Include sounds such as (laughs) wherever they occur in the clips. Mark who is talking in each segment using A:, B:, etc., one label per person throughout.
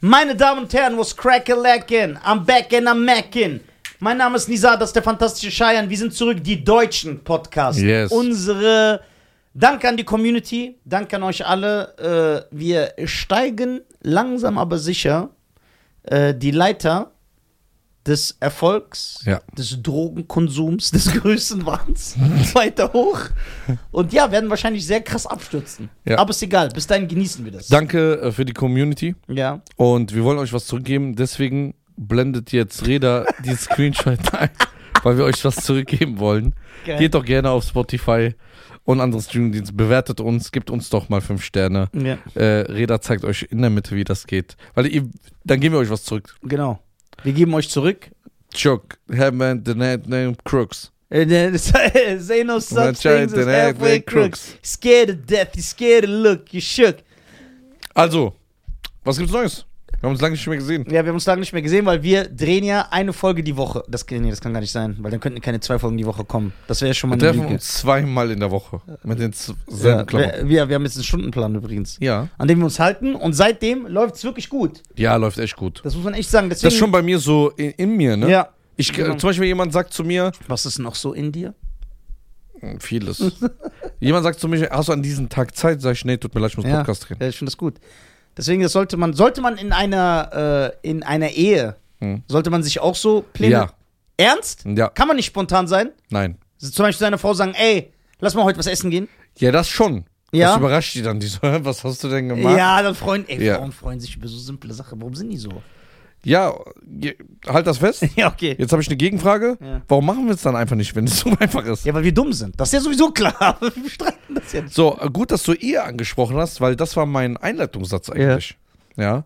A: Meine Damen und Herren, was crack a lackin? I'm back and I'm mackin. Mein Name ist Nisa, das ist der fantastische Scheiern. Wir sind zurück, die deutschen Podcast.
B: Yes.
A: Unsere. Danke an die Community, danke an euch alle. Äh, wir steigen langsam aber sicher äh, die Leiter des Erfolgs,
B: Ja.
A: des Drogenkonsums, des Größenwahns (laughs) weiter hoch. Und ja, werden wahrscheinlich sehr krass abstürzen.
B: Ja.
A: Aber ist egal, bis dahin genießen wir das.
B: Danke äh, für die Community
A: ja.
B: und wir wollen euch was zurückgeben, deswegen blendet jetzt Reda (laughs) die Screenshot ein, weil wir euch was zurückgeben wollen.
A: Geil.
B: Geht doch gerne auf Spotify und andere Streamingdienste, bewertet uns, gibt uns doch mal fünf Sterne.
A: ja.
B: Äh, Reda zeigt euch in der Mitte, wie das geht. Weil ihr, dann geben wir euch was zurück.
A: Genau. Wir geben euch zurück.
B: Chuck, Hammond, the net name Crooks.
A: And (laughs) then say say no such
B: Giant
A: things as
B: and halfway
A: halfway crooks.
B: crooks.
A: Scared to death, you scared to look, you shook.
B: Also, was gibt's Neues? Wir haben uns lange nicht mehr gesehen.
A: Ja, wir haben uns lange nicht mehr gesehen, weil wir drehen ja eine Folge die Woche. Das, nee, das kann gar nicht sein, weil dann könnten keine zwei Folgen die Woche kommen. Das wäre schon mal eine
B: Wir treffen
A: Lüge.
B: uns zweimal in der Woche mit den
A: ja, wir,
B: Sendeklamotten.
A: wir, wir haben jetzt einen Stundenplan übrigens,
B: Ja.
A: an dem wir uns halten und seitdem läuft es wirklich gut.
B: ja, läuft echt gut.
A: Das muss man echt sagen. Deswegen,
B: Das ist schon bei mir so in, in mir, ne?
A: Ja.
B: Ich,
A: Genau.
B: äh, zum Beispiel jemand sagt zu mir,
A: Was ist noch so in dir?
B: hm, vieles.
A: (laughs)
B: jemand sagt zu mir, hast du an diesem Tag Zeit? Sag ich, nee, tut mir leid, ich muss Podcast drehen.
A: Ja, ich finde das gut. Deswegen, das sollte man, sollte man in einer, äh, in einer Ehe,
B: Hm.
A: sollte man sich auch so Pläne.
B: Ja.
A: Ernst?
B: Ja,
A: Kann man nicht spontan sein?
B: nein.
A: Zum Beispiel seiner Frau sagen, ey, lass mal heute was essen gehen.
B: Ja, das schon.
A: Ja.
B: Das überrascht die dann. Die so, (laughs) "Hä, was hast du denn gemacht?
A: Ja, dann freuen, ey,
B: Ja.
A: Frauen freuen sich über so simple Sachen. Warum sind die so? (laughs)
B: ja je- halt das fest.
A: Ja, okay.
B: Jetzt habe ich eine Gegenfrage.
A: Ja.
B: Warum machen wir es dann einfach nicht, wenn es (laughs) so einfach ist?
A: Ja, weil wir dumm sind. Das ist ja sowieso klar. (laughs) Wir streiten das ja nicht.
B: So, äh, gut, dass du Ehe angesprochen hast, weil das war mein Einleitungssatz eigentlich. Ja.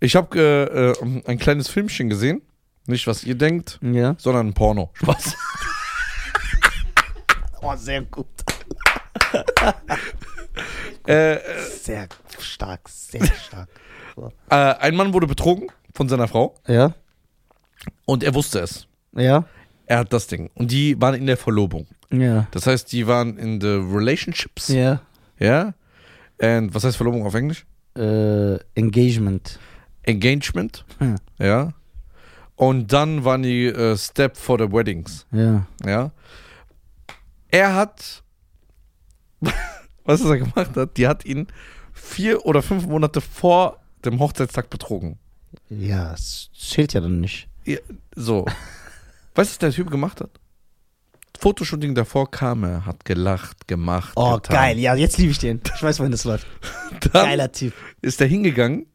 B: Ich habe äh, äh, ein kleines Filmchen gesehen. Nicht, was ihr denkt,
A: Ja.
B: sondern ein Porno. Spaß.
A: Oh, sehr gut.
B: (laughs) äh, äh,
A: Sehr stark, sehr stark.
B: äh, ein Mann wurde betrogen von seiner Frau
A: Ja,
B: und er wusste es.
A: ja,
B: Er hat das Ding. Und die waren in der Verlobung.
A: ja,
B: Das heißt, die waren in the relationships. Ja.
A: ja.
B: And was heißt Verlobung auf Englisch?
A: Äh, Engagement.
B: Engagement.
A: Hm.
B: Ja. Und dann waren die äh, Step for the Weddings.
A: Ja.
B: Ja. Er hat, (laughs) was er gemacht hat, die hat ihn vier oder fünf Monate vor dem Hochzeitstag betrogen.
A: Ja, es zählt ja dann nicht.
B: Ja, So. weißt du, was der Typ gemacht hat? Fotoshooting davor kam er, hat gelacht, gemacht.
A: Oh,
B: getan.
A: geil. Ja, jetzt liebe ich den. Ich weiß, wann das läuft.
B: Dann
A: Geiler Typ.
B: ist er hingegangen,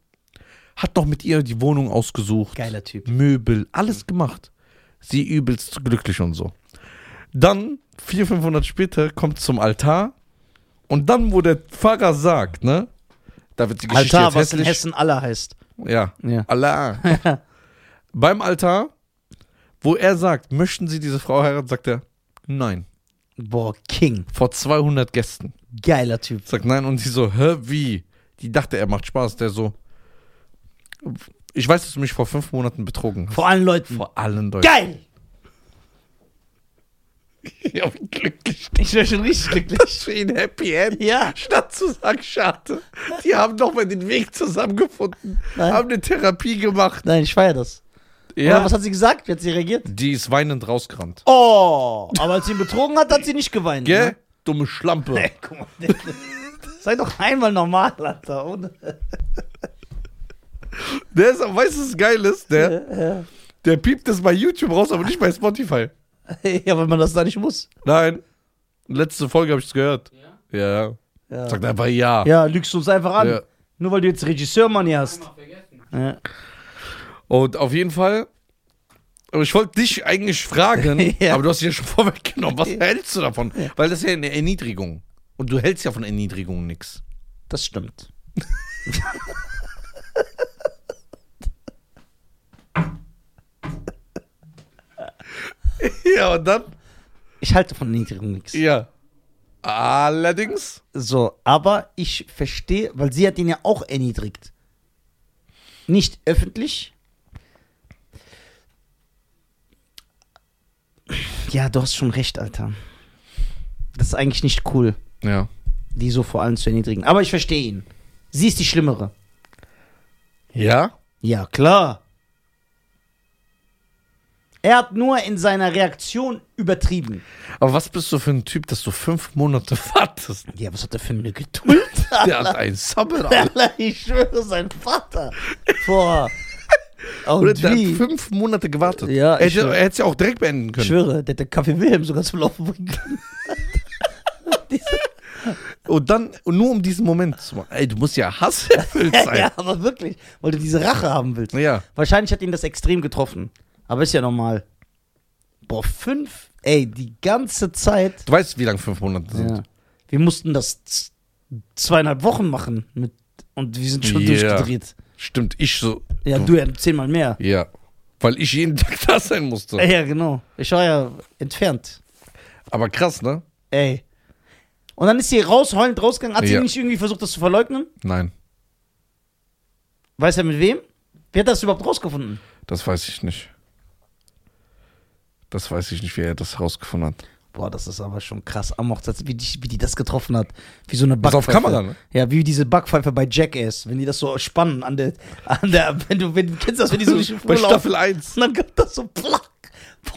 B: hat noch mit ihr die Wohnung ausgesucht.
A: Geiler Typ.
B: Möbel, alles gemacht. Sie übelst glücklich und so. Dann, vier, 500 später, kommt zum Altar und dann, wo der Pfarrer sagt, ne? Da wird die Geschichte
A: Altar, was
B: jetzt
A: in
B: hässlich.
A: Hessen aller heißt.
B: Ja,
A: Ja.
B: Allah.
A: (laughs)
B: Beim Altar, wo er sagt, möchten Sie diese Frau heiraten, sagt er, nein.
A: Boah, King.
B: Vor 200 Gästen.
A: Geiler Typ.
B: Sagt nein und sie so, hä, wie? Die dachte, er macht Spaß. Der so, ich weiß, dass du mich vor fünf Monaten betrogen hast.
A: Vor allen Leuten.
B: Vor allen Leuten.
A: Geil!
B: Ja, wie glücklich.
A: Ich wäre schon richtig glücklich.
B: Für ihn Happy End.
A: Ja.
B: Statt zu sagen, schade. Die haben nochmal den Weg zusammengefunden.
A: Nein.
B: Haben eine Therapie gemacht.
A: Nein, ich feiere das. Oder
B: Ja.
A: was hat sie gesagt? Wie hat sie reagiert?
B: Die ist weinend rausgerannt.
A: Oh, aber als sie ihn betrogen hat, hat sie nicht geweint.
B: Gell?
A: Ne?
B: Dumme Schlampe.
A: (laughs) Ey, guck mal, der- Sei doch einmal normal, Alter. Ohne.
B: Der ist, weißt du, was geil ist? Der, der piept das bei YouTube raus, aber nicht bei Spotify.
A: (laughs) Ja, wenn man das da nicht muss.
B: Nein. Letzte Folge habe ich es gehört. Ja. ja.
A: Ja,
B: Sagt einfach ja.
A: ja lügst du uns einfach an.
B: Ja.
A: Nur weil du jetzt Regisseurmanie hast. Ja.
B: Und auf jeden Fall, aber ich wollte dich eigentlich fragen,
A: Ja.
B: aber du hast (laughs) ja schon vorweggenommen. Was hältst du davon? Weil das ist ja eine Erniedrigung. Und du hältst ja von Erniedrigung nichts.
A: Das stimmt.
B: Ja, und dann?
A: Ich halte von Niedrigen nichts.
B: Ja. Allerdings.
A: So, aber ich verstehe, weil sie hat ihn ja auch erniedrigt. Nicht öffentlich. Ja, du hast schon recht, Alter. Das ist eigentlich nicht cool,
B: Ja.
A: die so vor allem zu erniedrigen. Aber ich verstehe ihn. Sie ist die Schlimmere.
B: Ja?
A: Ja, klar. Er hat nur in seiner Reaktion übertrieben.
B: Aber was bist du für ein Typ, dass du fünf Monate (laughs) wartest?
A: Ja, was hat er für eine Geduld?
B: Der hat einen Sabber. Alter.
A: Alter, ich schwöre, sein Vater. Boah.
B: Oder
A: Und
B: der hat
A: wie?
B: fünf Monate gewartet.
A: Ja,
B: er
A: ich
B: hätte
A: schwör.
B: es ja auch direkt beenden
A: Ich
B: können.
A: schwöre, der hat den Kaffee Wilhelm sogar zum Laufen bringen können.
B: Und dann, und nur um diesen Moment zu machen. Ey, du musst
A: (laughs)
B: ja hasserfüllt sein.
A: ja, aber wirklich, weil du diese Rache haben willst.
B: Ja.
A: Wahrscheinlich hat ihn das extrem getroffen. Aber ist ja normal. Boah, fünf? Ey, die ganze Zeit.
B: Du weißt, wie lang fünf Monate sind.
A: Ja. Wir mussten das z- zweieinhalb Wochen machen. Mit, und wir sind schon
B: Ja.
A: durchgedreht.
B: Stimmt, ich so.
A: Ja, du ja zehnmal mehr.
B: Ja. Weil ich jeden (laughs) Tag da sein musste.
A: Ja, genau. Ich war ja entfernt.
B: Aber krass, ne?
A: Ey. Und dann ist sie raus, heulend rausgegangen. Hat sie
B: Ja.
A: nicht irgendwie versucht, das zu verleugnen?
B: Nein,
A: Weiß er mit wem? Wer hat das überhaupt rausgefunden?
B: das weiß ich nicht. Das weiß ich nicht, wie er das herausgefunden hat.
A: Boah, das ist aber schon krass. Amortsatz, wie die, wie die das getroffen hat. Wie so eine
B: Das ist auf
A: Backpfeife.
B: Kamera, ne?
A: Ja, wie diese Backpfeife bei Jackass. Wenn die das so spannen an der, an der wenn du, wenn, kennst du das, wenn
B: (laughs)
A: die so durch die Flur
B: Bei
A: laufen?
B: Staffel 1.
A: Und dann kommt das so plack.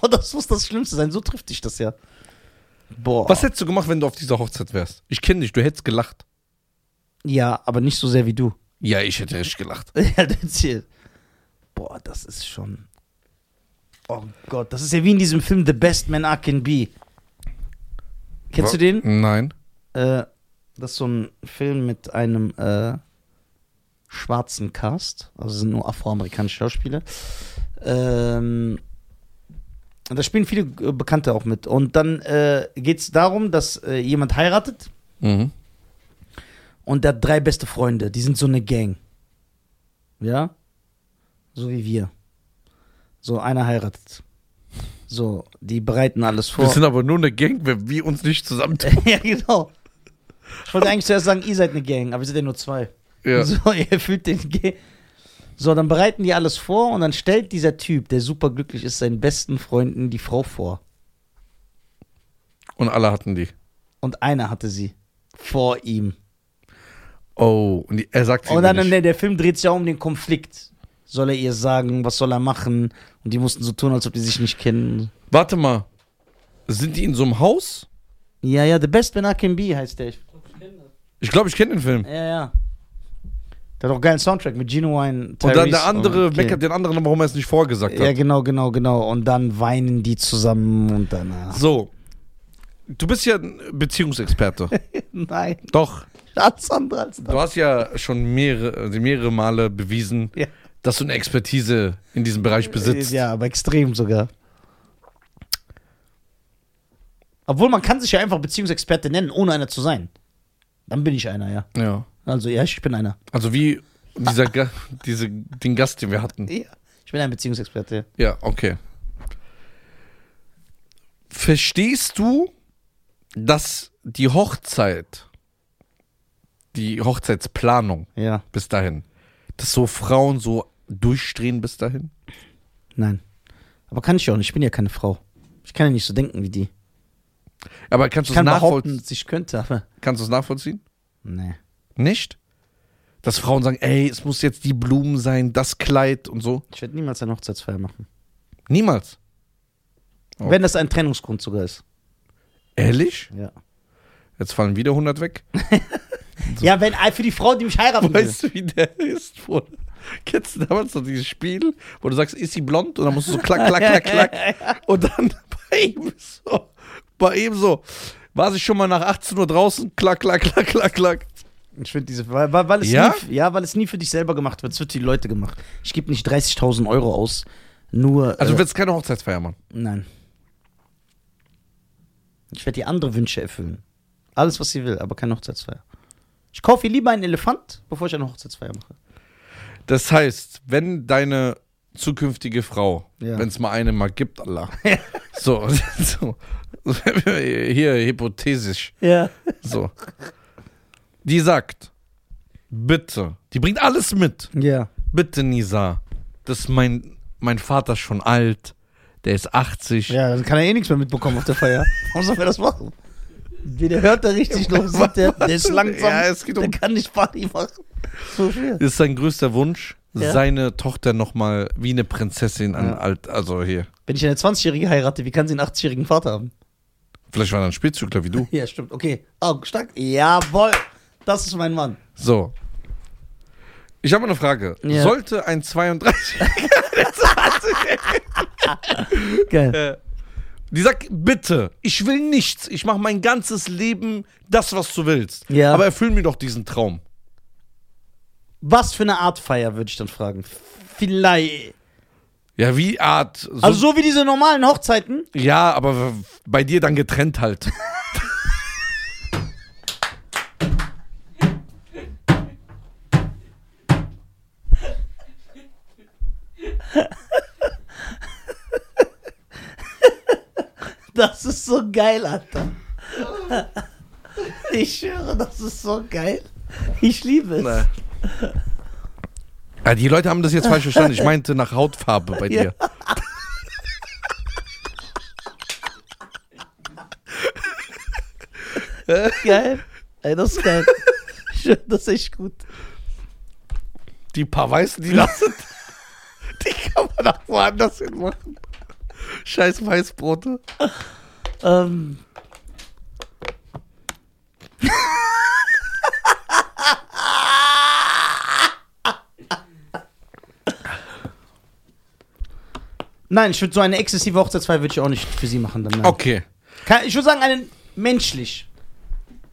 A: Boah, das muss das Schlimmste sein. So trifft dich das ja. Boah.
B: Was hättest du gemacht, wenn du auf dieser Hochzeit wärst? Ich kenne dich, du hättest gelacht.
A: Ja, aber nicht so sehr wie du.
B: Ja, ich hätte richtig gelacht.
A: (laughs) Ja, das hier. Boah, das ist schon. Oh Gott, das ist ja wie in diesem Film The Best Man I Can Be. Kennst du den?
B: Nein.
A: Äh, das ist so ein Film mit einem äh, schwarzen Cast. Also es sind nur afroamerikanische Schauspieler. Ähm, und da spielen viele äh, Bekannte auch mit. Und dann äh, geht es darum, dass äh, jemand heiratet
B: Mhm.
A: und der hat drei beste Freunde. Die sind so eine Gang. Ja? So wie wir. So, einer heiratet. So, die bereiten alles vor.
B: Wir sind aber nur eine Gang, wenn wir uns nicht zusammentun.
A: (laughs) ja, genau. Ich wollte eigentlich zuerst sagen, ihr seid eine Gang, aber ihr seid ja nur zwei.
B: Ja.
A: (laughs) So, ihr fühlt den Gang. So, dann bereiten die alles vor und dann stellt dieser Typ, der superglücklich ist, seinen besten Freunden die Frau vor.
B: Und alle hatten die.
A: Und einer hatte sie. Vor ihm.
B: Oh, und die, er sagt sie
A: Und
B: mir
A: dann,
B: nicht.
A: der, der Film dreht sich ja um den Konflikt. Soll er ihr sagen, was soll er machen? Und die mussten so tun, als ob die sich nicht kennen.
B: Warte mal. Sind die in so einem Haus?
A: Ja, ja, The Best Man I Can Be heißt der.
B: Ich glaube, ich kenne den Film.
A: Ja, ja. Der hat auch einen geilen Soundtrack mit Genuine.
B: und dann der andere meckert den anderen, warum er es nicht vorgesagt
A: Ja,
B: hat.
A: genau, genau, genau. Und dann weinen die zusammen und dann. ah. (laughs)
B: So. Du bist ja ein
A: (laughs)
B: Beziehungsexperte.
A: Nein,
B: Doch.
A: alles andere als das.
B: Du hast ja schon mehrere, also mehrere Male bewiesen,
A: Ja.
B: dass du eine Expertise in diesem Bereich besitzt.
A: Ja, aber extrem sogar. Obwohl man kann sich ja einfach Beziehungsexperte nennen, ohne einer zu sein. Dann bin ich einer, ja.
B: Ja.
A: Also ja, ich bin einer.
B: Also wie dieser Ga diese, den Gast, den wir hatten.
A: Ja. Ich bin ein Beziehungsexperte.
B: Ja, okay. Verstehst du, dass die Hochzeit, die Hochzeitsplanung
A: Ja.
B: bis dahin, dass so Frauen so durchdrehen bis dahin?
A: Nein. Aber kann ich ja auch nicht. Ich bin ja keine Frau. Ich kann ja nicht so denken wie die.
B: Aber kannst
A: Ich
B: du
A: kann
B: es
A: behaupten,
B: nachvollziehen?
A: dass ich könnte, aber.
B: Kannst du es nachvollziehen?
A: Nee.
B: Nicht? Dass Frauen sagen, ey, es muss jetzt die Blumen sein, das Kleid und so.
A: Ich werde niemals eine Hochzeitsfeier machen.
B: Niemals. Oh.
A: Wenn das ein Trennungsgrund sogar ist.
B: Ehrlich?
A: Ja.
B: Jetzt fallen wieder 100 weg.
A: Ja, wenn äh, für die Frau, die mich heiraten will.
B: Weißt du, wie der ist? Bruder? Kennst du damals noch dieses Spiel, wo du sagst, ist sie blond? Und dann musst du so klack, klack, klack, klack. Und dann (laughs) bei ihm so, bei ihm so, war sie schon mal nach 18 Uhr draußen? Klack, klack, klack, klack, klack.
A: Ich finde diese, weil, weil, weil es
B: Ja?
A: nie, ja, weil es nie für dich selber gemacht wird, es wird für die Leute gemacht. Ich gebe nicht 30.000 Euro aus, nur.
B: Also
A: äh,
B: du willst keine Hochzeitsfeier machen.
A: nein. Ich werde ihr andere Wünsche erfüllen. Alles, was sie will, aber keine Hochzeitsfeier. Ich kaufe ihr lieber einen Elefant, bevor ich eine Hochzeitsfeier mache.
B: Das heißt, wenn deine zukünftige Frau,
A: Ja.
B: wenn es mal eine mal gibt, Allah, so, (laughs) so, hier hypothesisch,
A: Ja.
B: so, die sagt, bitte, die bringt alles mit.
A: Ja.
B: Bitte, Nisa. Das ist mein, mein Vater ist schon alt. Der ist 80.
A: Ja, dann kann er eh nichts mehr mitbekommen auf der Feier. Warum soll er das machen? Weder hört er richtig noch (laughs) sieht der, der ist langsam.
B: Ja, es geht um-
A: Der kann nicht Party machen. So schwer.
B: Das ist sein größter Wunsch.
A: Ja.
B: seine Tochter nochmal wie eine Prinzessin an
A: Ja.
B: alt, also hier.
A: Wenn ich eine 20-Jährige heirate, wie kann sie einen 80-jährigen Vater haben?
B: Vielleicht war er ein Spielzügler wie du.
A: Ja, stimmt. Okay. Oh, stark. Jawohl. Das ist mein Mann.
B: So. Ich habe eine Frage.
A: Ja.
B: Sollte ein 32
A: (laughs) Geil.
B: Die sagt, bitte, ich will nichts. Ich mache mein ganzes Leben das, was du willst.
A: Ja.
B: Aber erfüll mir doch diesen Traum.
A: Was für eine Art Feier, würde ich dann fragen. Vielleicht.
B: Ja, wie Art. So,
A: Also so wie diese normalen Hochzeiten.
B: ja, aber w- bei dir dann getrennt halt.
A: Das ist so geil, Alter. (laughs) Ich schwöre, das ist so geil. Ich liebe es.
B: Ja, Äh, die Leute haben das jetzt falsch verstanden. Ich meinte nach Hautfarbe bei
A: (laughs) Ja.
B: dir.
A: Geil. Ey, das ist geil. Ich schwöre, Das ist echt gut.
B: Die paar Weißen, die lassen. (laughs) Die kann man auch woanders hin machen. Scheiß Weißbrote.
A: Ähm. Nein, ich würde so eine exzessive Hochzeitsfeier würde ich auch nicht für sie machen. Dann, nein.
B: Okay.
A: Kann- Ich würde sagen, einen menschlich.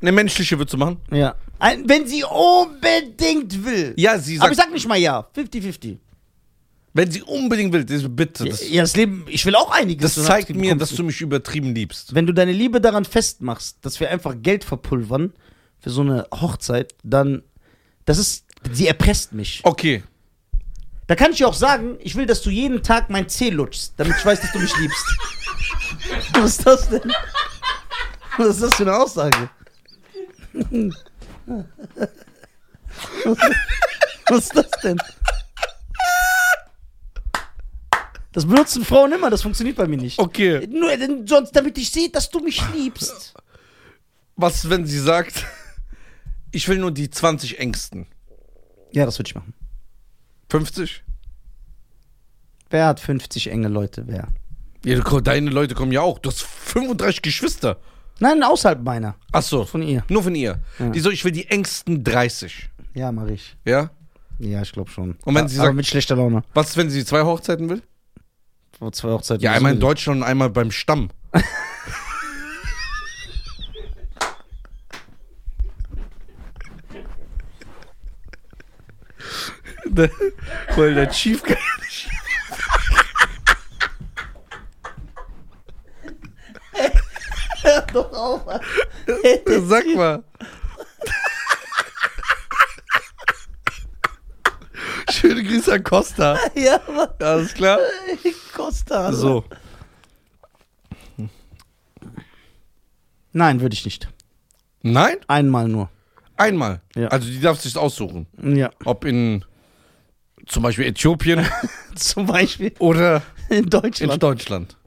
B: Eine menschliche würdest du machen?
A: Ja. Ein, wenn sie unbedingt will.
B: Ja, sie
A: Aber ich
B: sagt,
A: sag nicht mal ja. 50-50.
B: wenn sie unbedingt will, das- bitte. Das,
A: Ja, das Leben, ich will auch einiges.
B: das
A: Und
B: zeigt
A: dann
B: mir,
A: kommst
B: dass du mich übertrieben liebst.
A: Wenn du deine Liebe daran festmachst, dass wir einfach Geld verpulvern für so eine Hochzeit, dann. Das ist. Sie erpresst mich.
B: Okay.
A: Da kann ich dir auch sagen, ich will, dass du jeden Tag mein Zeh lutschst, damit ich weiß, dass du mich liebst. (laughs) Was ist das denn? Was ist das für eine Aussage? (laughs) Was ist das denn? Das benutzen Frauen immer, das funktioniert bei mir nicht.
B: Okay.
A: Nur denn sonst, damit ich sehe, dass du mich liebst.
B: Was, wenn sie sagt, (laughs) ich will nur die 20 Ängsten?
A: Ja, das würde ich machen.
B: 50?
A: Wer hat 50 enge Leute? Wer?
B: Ja, du, deine Leute kommen ja auch. Du hast 35 Geschwister.
A: Nein, außerhalb meiner.
B: Ach so.
A: Von ihr.
B: Nur von ihr.
A: Ja.
B: Die so, ich will die Ängsten 30.
A: Ja, mach ich.
B: Ja?
A: Ja, ich glaube schon.
B: Und wenn sie
A: Aber
B: sagt-
A: mit schlechter Laune.
B: Was, wenn sie zwei Hochzeiten will?
A: Vor zwei Hochzeiten.
B: Ja, einmal in
A: sowieso.
B: Deutschland und einmal beim Stamm. Der- (laughs) Weil der Chief gar nicht.
A: Doch auf. Alter.
B: Äh, Sag mal. Schöne Grüße an Costa.
A: (laughs) ja, Mann.
B: Alles klar?
A: Costa. Alter.
B: So.
A: Nein, würde ich nicht.
B: Nein?
A: Einmal nur.
B: Einmal.
A: Ja.
B: Also die darf sich aussuchen.
A: Ja.
B: Ob in zum Beispiel Äthiopien
A: (laughs) Zum Beispiel
B: oder
A: in
B: in
A: Deutschland.
B: Deutschland.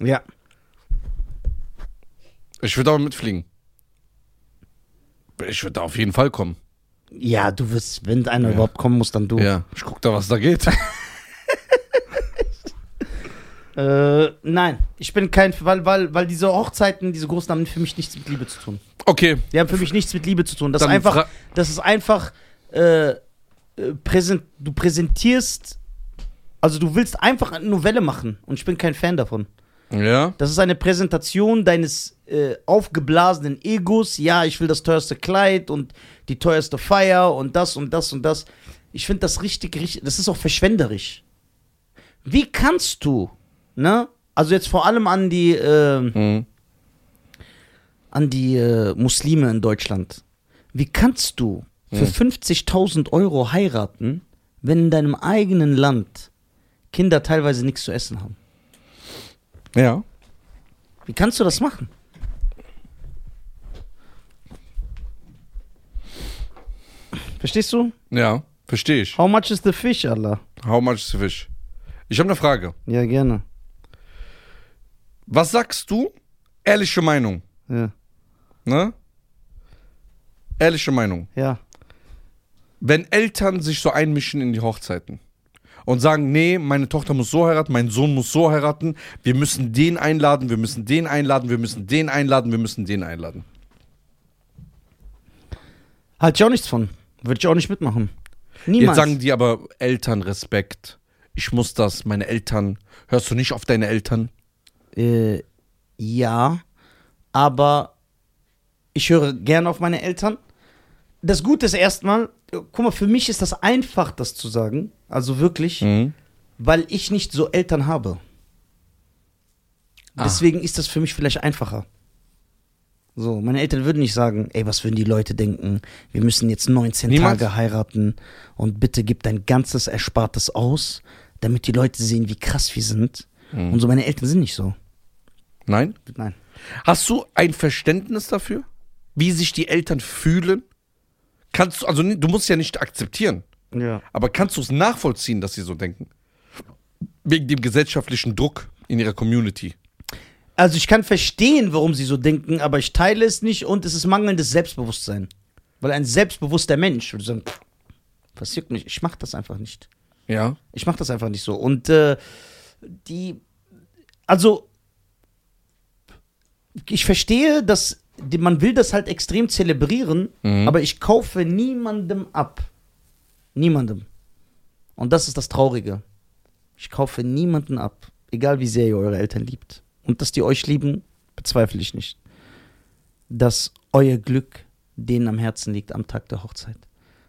A: ja.
B: Ich würde aber mitfliegen. Ich würde da auf jeden Fall kommen.
A: Ja, du wirst, wenn einer
B: Ja.
A: überhaupt kommen muss, dann du.
B: Ja. Ich guck da, was
A: (laughs)
B: da geht.
A: Äh, nein, ich bin kein, weil, weil, weil diese Hochzeiten, diese großen haben für mich nichts mit Liebe zu tun.
B: Okay.
A: Die haben für mich nichts mit Liebe zu tun. Das ist
B: Dann
A: einfach,
B: fra-
A: das ist einfach äh, äh, präsent, du präsentierst, also du willst einfach eine Novelle machen und ich bin kein Fan davon.
B: Ja.
A: Das ist eine Präsentation deines äh, aufgeblasenen Egos. Ja, ich will das teuerste Kleid und die teuerste Feier und das und das und das. Ich finde das richtig, richtig, das ist auch verschwenderisch. Wie kannst du, ne? Also jetzt vor allem an die, ähm,
B: Mhm.
A: an die äh, Muslime in Deutschland. Wie kannst du für 50.000 Euro heiraten, wenn in deinem eigenen Land Kinder teilweise nichts zu essen haben?
B: Ja.
A: Wie kannst du das machen? Verstehst du?
B: Ja. Verstehe ich.
A: How much is the fish, Allah?
B: How much is the fish? Ich habe eine Frage.
A: Ja, gerne.
B: Was sagst du? Ehrliche Meinung.
A: Ja.
B: Ne? Ehrliche Meinung.
A: ja.
B: wenn Eltern sich so einmischen in die Hochzeiten und sagen, nee, meine Tochter muss so heiraten, mein Sohn muss so heiraten, wir müssen den einladen, wir müssen den einladen, wir müssen den einladen, wir müssen den einladen.
A: Halte ich auch nichts von. Würde ich auch nicht mitmachen. Niemals.
B: Jetzt sagen die aber Eltern Respekt. Ich muss das, meine Eltern. Hörst du nicht auf deine Eltern?
A: äh, ja, aber ich höre gerne auf meine Eltern. Das Gute ist erstmal, guck mal, für mich ist das einfach, das zu sagen. Also wirklich,
B: Mhm.
A: weil ich nicht so Eltern habe.
B: Ah.
A: Deswegen ist das für mich vielleicht einfacher. So, meine Eltern würden nicht sagen, ey, was würden die Leute denken? Wir müssen jetzt 19
B: Niemals.
A: Tage heiraten und bitte gib dein ganzes Erspartes aus, damit die Leute sehen, wie krass wir sind.
B: Mhm.
A: Und so meine Eltern sind nicht so.
B: Nein?
A: Nein.
B: Hast du ein Verständnis dafür, wie sich die Eltern fühlen? Kannst du, also ni- du musst ja nicht akzeptieren,
A: Ja.
B: aber kannst du es nachvollziehen, dass sie so denken? Wegen dem gesellschaftlichen Druck in ihrer Community.
A: Also ich kann verstehen, warum sie so denken, aber ich teile es nicht und es ist mangelndes Selbstbewusstsein. Weil ein selbstbewusster Mensch würde sagen, "Pff, was juckt mich, ich mach das einfach nicht.
B: Ja.
A: Ich mach das einfach nicht so. Und äh, die, also ich verstehe, dass die, man will das halt extrem zelebrieren, aber ich kaufe niemandem ab. Niemandem. Und das ist das Traurige. Ich kaufe niemanden ab. Egal wie sehr ihr eure Eltern liebt. Und dass die euch lieben, bezweifle ich nicht. Dass euer Glück denen am Herzen liegt am Tag der Hochzeit.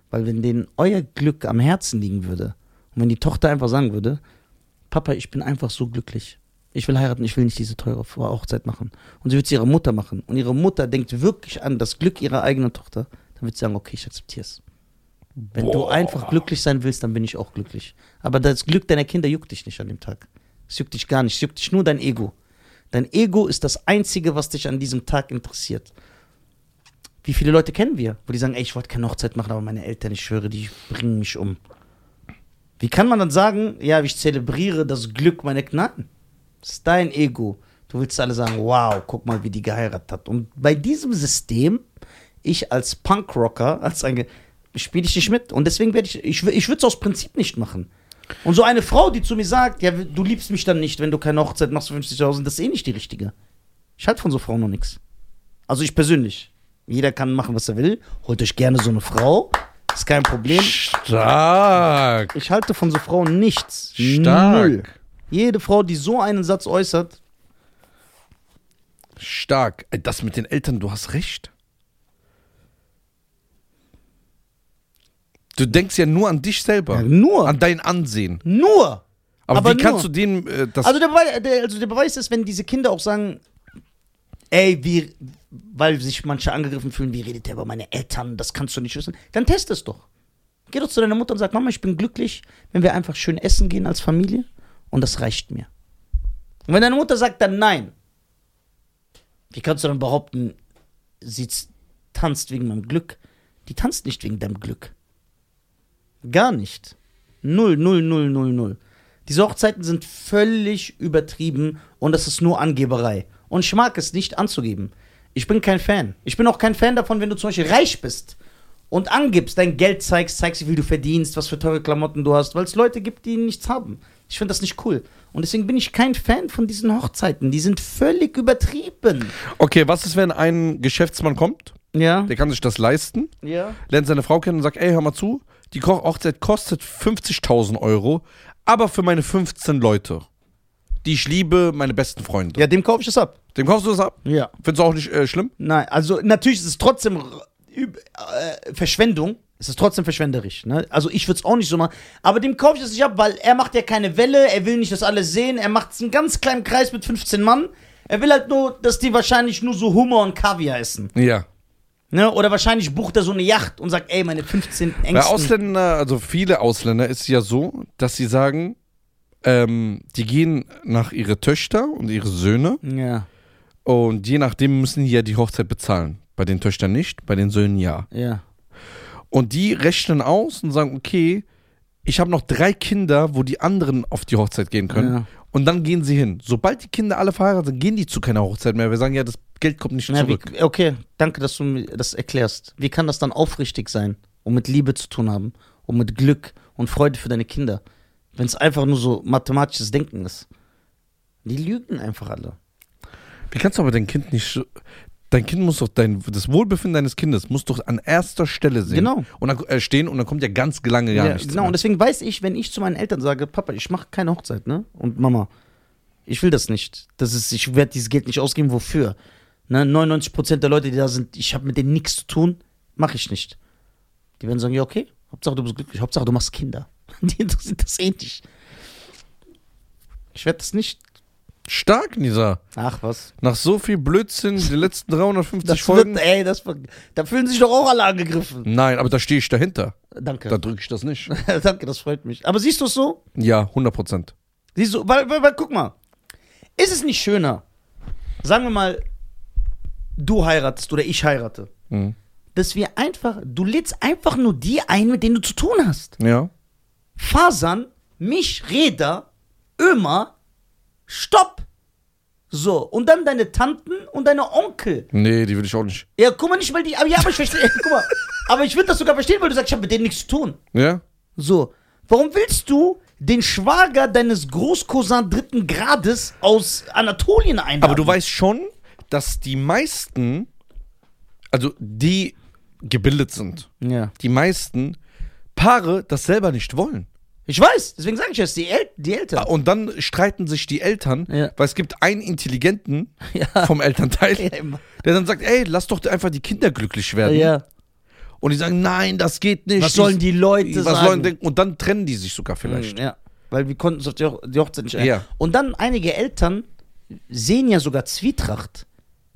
A: Weil wenn denen euer Glück am Herzen liegen würde und wenn die Tochter einfach sagen würde, Papa, ich bin einfach so glücklich. Ich will heiraten, ich will nicht diese teure Hochzeit machen. Und sie wird es ihrer Mutter machen. Und ihre Mutter denkt wirklich an das Glück ihrer eigenen Tochter. Dann wird sie sagen, okay, ich akzeptiere es. Wenn du
B: Boah.
A: einfach glücklich sein willst, dann bin ich auch glücklich. Aber das Glück deiner Kinder juckt dich nicht an dem Tag. Es juckt dich gar nicht. Es juckt dich nur dein Ego. Dein Ego ist das Einzige, was dich an diesem Tag interessiert. Wie viele Leute kennen wir, wo die sagen, ey, ich wollte keine Hochzeit machen, aber meine Eltern, ich schwöre, die bringen mich um. Wie kann man dann sagen, ja, ich zelebriere das Glück meiner Knacken? Das ist dein Ego. Du willst alle sagen, wow, guck mal, wie die geheiratet hat. Und bei diesem System, ich als Punkrocker, als ein, spiele ich nicht mit. Und deswegen werde ich, ich, wür- ich würde es aus Prinzip nicht machen. Und so eine Frau, die zu mir sagt, ja, du liebst mich dann nicht, wenn du keine Hochzeit machst für 50.000, das ist eh nicht die richtige. Ich halte von so Frauen noch nichts. Also ich persönlich. Jeder kann machen, was er will. Holt euch gerne so eine Frau. Ist kein Problem.
B: Stark.
A: Ich halte von so Frauen nichts.
B: Stark.
A: Null. Jede Frau, die so einen Satz äußert,
B: Stark. Ey, Das mit den Eltern, du hast recht. Du denkst ja nur an dich selber.
A: Ja, nur.
B: An dein Ansehen.
A: nur.
B: Aber,
A: Aber
B: wie kannst du
A: nur.
B: denen äh, das.
A: Also der, Beweis, der, also der Beweis ist, wenn diese Kinder auch sagen, ey, wie, weil sich manche angegriffen fühlen, wie redet der über meine Eltern, das kannst du nicht wissen, dann test es doch. Geh doch zu deiner Mutter und sag, Mama, ich bin glücklich, wenn wir einfach schön essen gehen als Familie und das reicht mir. Und wenn deine Mutter sagt dann nein, wie kannst du dann behaupten, sie z- tanzt wegen meinem Glück? Die tanzt nicht wegen deinem Glück. Gar nicht. Null, null, null, null, null. Diese Hochzeiten sind völlig übertrieben und das ist nur Angeberei. Und ich mag es nicht anzugeben. Ich bin kein Fan. Ich bin auch kein Fan davon, wenn du zum Beispiel reich bist und angibst, dein Geld zeigst, zeigst, wie viel du verdienst, was für teure Klamotten du hast, weil es Leute gibt, die nichts haben. Ich finde das nicht cool. Und deswegen bin ich kein Fan von diesen Hochzeiten. Die sind völlig übertrieben.
B: Okay, was ist, wenn ein Geschäftsmann kommt,
A: Ja.
B: der kann sich das leisten,
A: Ja.
B: lernt seine Frau kennen und sagt: Ey, hör mal zu, die Ko- Hochzeit kostet 50.000 Euro, aber für meine 15 Leute, die ich liebe, meine besten Freunde.
A: Ja, dem kaufe ich es ab.
B: Dem kaufst du das ab?
A: Ja.
B: Findest du auch nicht äh, schlimm?
A: Nein, also natürlich ist es trotzdem r- üb- äh, Verschwendung. Es ist trotzdem verschwenderisch. Ne? Also ich würde es auch nicht so machen. Aber dem kaufe ich das nicht ab, weil er macht ja keine Welle, er will nicht, dass alle sehen. Er macht einen ganz kleinen Kreis mit 15 Mann. Er will halt nur, dass die wahrscheinlich nur so Hummer und Kaviar essen.
B: Ja.
A: Ne? Oder wahrscheinlich bucht er so eine Yacht und sagt, ey, meine 15
B: Bei
A: Ängsten.
B: Ausländer, also viele Ausländer, ist es ja so, dass sie sagen, ähm, die gehen nach ihre Töchter und ihre Söhne
A: Ja,
B: und je nachdem müssen die ja die Hochzeit bezahlen. Bei den Töchtern nicht, bei den Söhnen ja.
A: ja.
B: Und die rechnen aus und sagen, okay, ich habe noch drei Kinder, wo die anderen auf die Hochzeit gehen können.
A: Ja.
B: Und dann gehen sie hin. Sobald die Kinder alle verheiratet sind, gehen die zu keiner Hochzeit mehr. Wir sagen ja, das Geld kommt nicht
A: Na,
B: zurück.
A: Wie, okay, danke, dass du mir das erklärst. Wie kann das dann aufrichtig sein? und mit Liebe zu tun haben und mit Glück und Freude für deine Kinder. Wenn es einfach nur so mathematisches Denken ist. Die lügen einfach alle.
B: Wie kannst du aber dein Kind nicht. so- Dein Kind muss doch dein. Das Wohlbefinden deines Kindes muss doch an erster Stelle sehen.
A: Genau.
B: Und dann, äh, stehen und dann kommt ja ganz lange gar
A: ja,
B: nichts.
A: genau,
B: mehr.
A: und deswegen weiß ich, wenn ich zu meinen Eltern sage, Papa, ich mache keine Hochzeit, ne? Und Mama, ich will das nicht. Das ist, ich werde dieses Geld nicht ausgeben, wofür? Ne? 99% der Leute, die da sind, ich habe mit denen nichts zu tun, mache ich nicht. Die werden sagen, ja, okay, Hauptsache du bist glücklich, Hauptsache du machst Kinder. (laughs) Die interessiert das eh nicht. Ich werde das nicht.
B: Stark, Nisa.
A: Ach was.
B: Nach so viel Blödsinn,
A: (laughs)
B: die letzten 350
A: Das
B: Folgen.
A: wird, ey, das, wird- da fühlen sich doch auch alle angegriffen.
B: Nein, aber da stehe ich dahinter.
A: Danke.
B: Da drücke ich das nicht.
A: (laughs) Danke, das freut mich. Aber siehst du es so?
B: Ja, 100 Prozent.
A: Siehst du, weil, weil, weil, guck mal, ist es nicht schöner, sagen wir mal, du heiratest oder ich heirate,
B: Mhm.
A: dass wir einfach, du lädst einfach nur die ein, mit denen du zu tun hast.
B: Ja.
A: Fasern, mich, Räder, Ömer, Stopp. So, und dann deine Tanten und deine Onkel.
B: Nee, die will ich auch nicht.
A: Ja, guck mal nicht, weil die, aber ja, aber ich verstehe, (laughs) guck mal, aber ich würde das sogar verstehen, weil du sagst, ich habe mit denen nichts zu tun.
B: Ja?
A: So, warum willst du den Schwager deines Großcousin dritten Grades aus Anatolien einladen?
B: Aber du weißt schon, dass die meisten, also die gebildet sind,
A: Ja.
B: die meisten Paare das selber nicht wollen. Ah,
A: Ich weiß, deswegen sage ich es, die, El die Eltern.
B: Und dann streiten sich die Eltern,
A: Ja.
B: weil es gibt einen Intelligenten
A: (laughs) Ja.
B: vom Elternteil,
A: Ja, immer.
B: der dann sagt, ey, lass doch einfach die Kinder glücklich werden. Und die sagen, nein, das geht nicht.
A: Was sollen die Leute
B: was
A: sagen?
B: Sollen, die- und dann trennen die sich sogar vielleicht.
A: Mhm, Ja. Weil wir konnten uns auf die, Hoch die Hochzeit nicht ein.
B: Ja.
A: Und dann einige Eltern sehen ja sogar Zwietracht,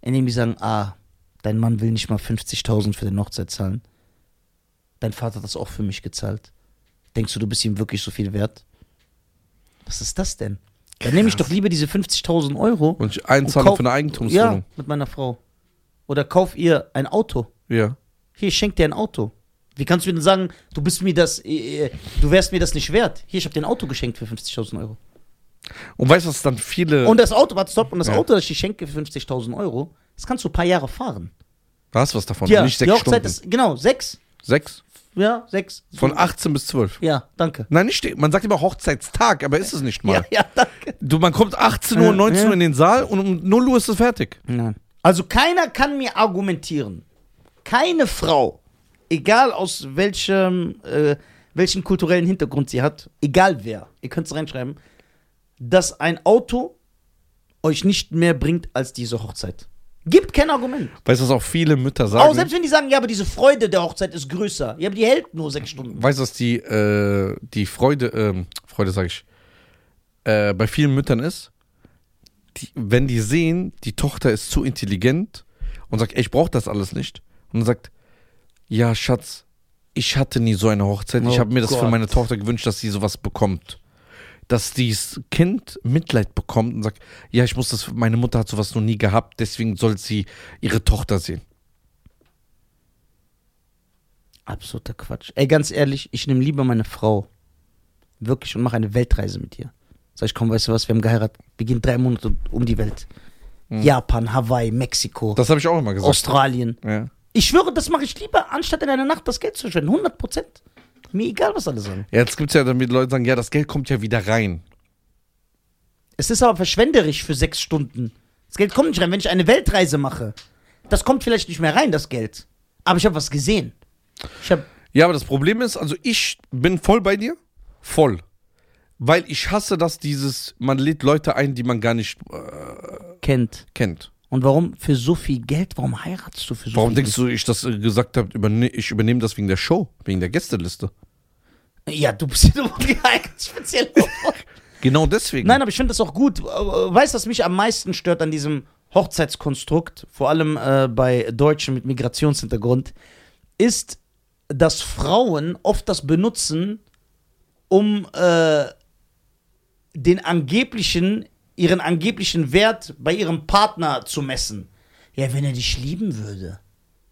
A: indem die sagen, ah, dein Mann will nicht mal 50.000 für den Hochzeit zahlen. Dein Vater hat das auch für mich gezahlt. Denkst du, du bist ihm wirklich so viel wert? Was ist das denn? Dann nehme ich doch lieber diese 50.000 Euro.
B: Und Einzahlung
A: kauf-
B: von der
A: Ja,
B: Eigentumswohnung.
A: mit meiner Frau. Oder kauf ihr ein Auto.
B: Ja.
A: Hier, ich schenk dir ein Auto. Wie kannst du mir denn sagen, du bist mir das, äh, äh, du wärst mir das nicht wert? Hier, ich habe dir ein Auto geschenkt für 50.000 Euro.
B: Und weißt du, was dann viele.
A: Und das Auto, warte, stopp, und das
B: Ja.
A: Auto, das ich dir schenke für 50.000 Euro, das kannst du ein paar Jahre fahren.
B: da hast du was davon?
A: Ja,
B: nicht
A: die
B: sechs
A: Hochzeit
B: Stunden.
A: ist, genau, sechs,
B: sechs?
A: ja, sechs.
B: Von 18 bis 12.
A: Ja, danke.
B: Nein, nicht. die- Man sagt immer Hochzeitstag, aber ist es nicht mal.
A: Ja, ja, danke.
B: Du, man kommt 18 Uhr,
A: Ja,
B: 19
A: ja.
B: Uhr in den Saal und um 0 Uhr ist es fertig.
A: Nein. Also keiner kann mir argumentieren. Keine Frau, egal aus welchem, äh, welchen kulturellen Hintergrund sie hat, egal wer, ihr könnt es reinschreiben, dass ein Auto euch nicht mehr bringt als diese Hochzeit. Gibt kein Argument.
B: Weißt du, was auch viele Mütter
A: Auch
B: sagen?
A: selbst wenn die sagen, ja, aber diese Freude der Hochzeit ist größer. Ja, aber die hält nur sechs Stunden.
B: weißt du, was die, äh, die Freude, ähm, Freude sag ich, äh, bei vielen Müttern ist? Die, wenn die sehen, die Tochter ist zu intelligent und sagt, ey, ich brauche das alles nicht. Und dann sagt, ja, Schatz, ich hatte nie so eine Hochzeit. ich
A: Oh
B: habe mir das für
A: Gott.
B: meine Tochter gewünscht, dass sie sowas bekommt. Dass dieses Kind Mitleid bekommt und sagt, ja, ich muss das, meine Mutter hat sowas noch nie gehabt, deswegen soll sie ihre Tochter sehen.
A: Absoluter Quatsch. Ey, ganz ehrlich, ich nehme lieber meine Frau. Wirklich und mache eine Weltreise mit ihr. Sag ich, komm, weißt du was, wir haben geheiratet. Wir gehen drei Monate um die Welt. Japan, Hawaii, Mexiko,
B: Mhm. Das habe ich auch immer gesagt.
A: Australien.
B: ja.
A: Ich schwöre, das mache ich lieber, anstatt in einer Nacht das Geld zu verschwenden. 100 Prozent. Mir egal, was alle sagen.
B: Jetzt gibt es ja damit Leute sagen, ja, das Geld kommt ja wieder rein.
A: Es ist aber verschwenderisch für sechs Stunden. Das Geld kommt nicht rein, wenn ich eine Weltreise mache. Das kommt vielleicht nicht mehr rein, das Geld. Aber ich habe was gesehen. Ich habe.
B: Ja, aber das Problem ist, also ich bin voll bei dir. Voll. Weil ich hasse das, dieses, man lädt Leute ein, die man gar nicht äh,
A: Kennt.
B: kennt.
A: Und warum für so viel Geld? Warum heiratest du für so
B: Warum
A: viel
B: denkst du, ich das äh, gesagt habe, überne ich übernehme das wegen der Show, wegen der Gästeliste?
A: Geld? Ja, du bist ja geeignet, speziell.
B: Genau deswegen.
A: Nein, aber ich finde das auch gut. Äh, Weißt du, was mich am meisten stört an diesem Hochzeitskonstrukt, vor allem äh, bei Deutschen mit Migrationshintergrund, ist, dass Frauen oft das benutzen, um äh, den angeblichen, ihren angeblichen Wert bei ihrem Partner zu messen. Ja, wenn er dich lieben würde,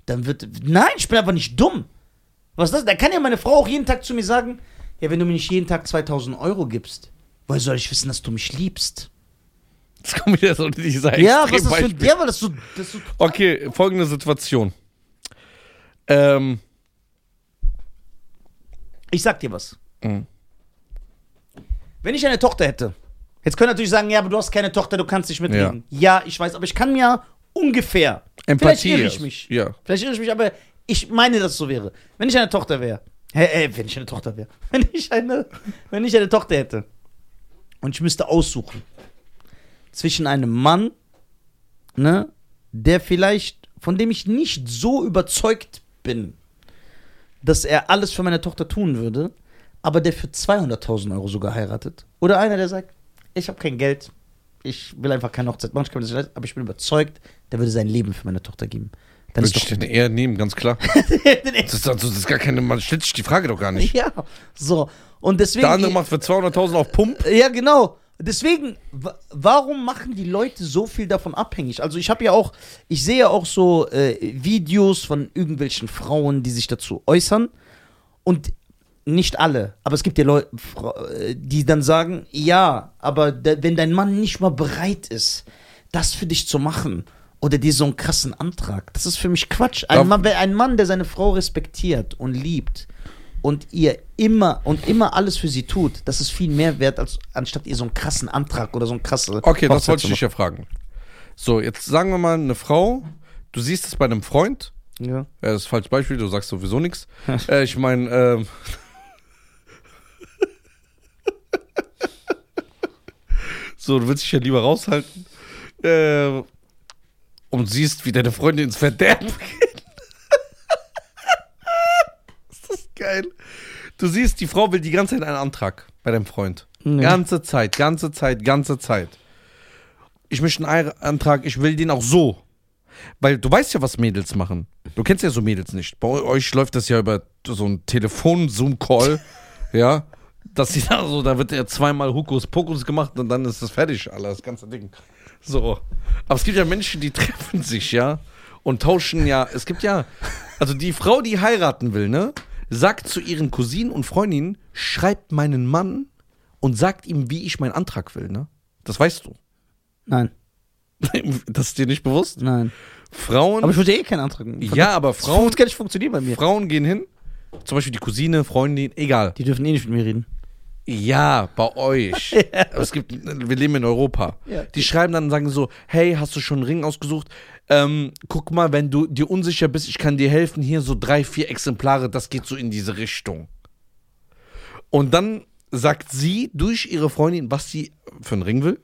A: dann wird. Nein, ich bin aber nicht dumm. Was ist das? Da kann ja meine Frau auch jeden Tag zu mir sagen: Ja, wenn du mir nicht jeden Tag 2000 Euro gibst, woher soll ich wissen, dass du mich liebst?
B: Jetzt kommen wieder so diese
A: Ja, was ist das für ein.
B: Extrembeispiele.
A: Ja, weil das so. Das so
B: Okay, folgende Situation. Ähm,
A: Ich sag dir was.
B: Mhm.
A: Wenn ich eine Tochter hätte, jetzt können natürlich sagen, ja, aber du hast keine Tochter, du kannst nicht mitreden. Ja, ich weiß, aber ich kann mir ungefähr. Vielleicht
B: Empathie.
A: irre ich
B: ist-
A: mich.
B: Ja.
A: Vielleicht irre ich mich, aber ich meine, dass es so wäre. Wenn ich eine Tochter wäre. Hä, äh, wenn ich eine Tochter wäre. (laughs) Wenn ich eine, wenn ich eine Tochter hätte. Und ich müsste aussuchen. Zwischen einem Mann, ne, der vielleicht, von dem ich nicht so überzeugt bin, dass er alles für meine Tochter tun würde, aber der für 200.000 Euro sogar heiratet. Oder einer, der sagt, ich habe kein Geld, ich will einfach keine Hochzeit machen, ich kann mir das nicht leisten, aber ich bin überzeugt, der würde sein Leben für meine Tochter geben. Dann
B: Würde
A: ist
B: ich
A: doch
B: den eher nehmen, ganz klar.
A: (laughs) den
B: Das ist, also, das ist gar keine, man stellt sich die Frage doch gar nicht.
A: (laughs) Ja, so. Und deswegen.
B: Der andere macht für 200.000 auf Pump.
A: Ja, genau. Deswegen, wa- warum machen die Leute so viel davon abhängig? Also ich habe ja auch, ich sehe ja auch so äh, Videos von irgendwelchen Frauen, die sich dazu äußern. Und nicht alle, aber es gibt ja Leute, die dann sagen, ja, aber de- wenn dein Mann nicht mal bereit ist, das für dich zu machen oder dir so einen krassen Antrag, das ist für mich Quatsch.
B: Darf-
A: Ein Mann, wer- ein Mann der seine Frau respektiert und liebt und ihr immer und immer alles für sie tut, das ist viel mehr wert, als anstatt ihr so einen krassen Antrag oder so einen krassen.
B: Okay, das wollte ich dich ja fragen. So, jetzt sagen wir mal, eine Frau, du siehst es bei einem Freund,
A: Ja.
B: äh, das ist ein falsches Beispiel, du sagst sowieso nichts. Äh, ich meine, ähm, (laughs) so, du willst dich ja lieber raushalten. Äh, und siehst, wie deine Freundin ins Verderben (laughs) geht. ist das geil. Du siehst, die Frau will die ganze Zeit einen Antrag bei deinem Freund. Ganze Zeit, ganze Zeit, ganze Zeit. Ich möchte einen Antrag, ich will den auch so. Weil du weißt ja, was Mädels machen. Du kennst ja so Mädels nicht. Bei euch läuft das ja über so einen Telefon-Zoom-Call. ja. Dass sie da so, da wird ja zweimal Hokus Pokus gemacht und dann ist das fertig, Alter, das ganze Ding. So. Aber es gibt ja Menschen, die (laughs) treffen sich, ja. Und tauschen ja. Es gibt ja. Also die Frau, die heiraten will, ne? Sagt zu ihren Cousinen und Freundinnen, schreibt meinen Mann und sagt ihm, wie ich meinen Antrag will, ne? Das weißt du. (laughs)
A: Nein,
B: Das ist dir nicht bewusst.
A: nein.
B: Frauen.
A: Aber ich würde eh keinen Antrag machen.
B: Ja, aber
A: Frauen
B: Frauen,
A: das kann nicht funktionieren bei mir.
B: Frauen gehen hin. Zum Beispiel die Cousine, Freundin, egal.
A: Die dürfen eh nicht mit mir reden.
B: Ja, bei euch. Aber es gibt, wir leben in Europa.
A: Ja.
B: Die schreiben dann und sagen so, hey, hast du schon einen Ring ausgesucht? Ähm, guck mal, wenn du dir unsicher bist, ich kann dir helfen. Hier so drei, vier Exemplare, das geht so in diese Richtung. Und dann sagt sie durch ihre Freundin, was sie für einen Ring will,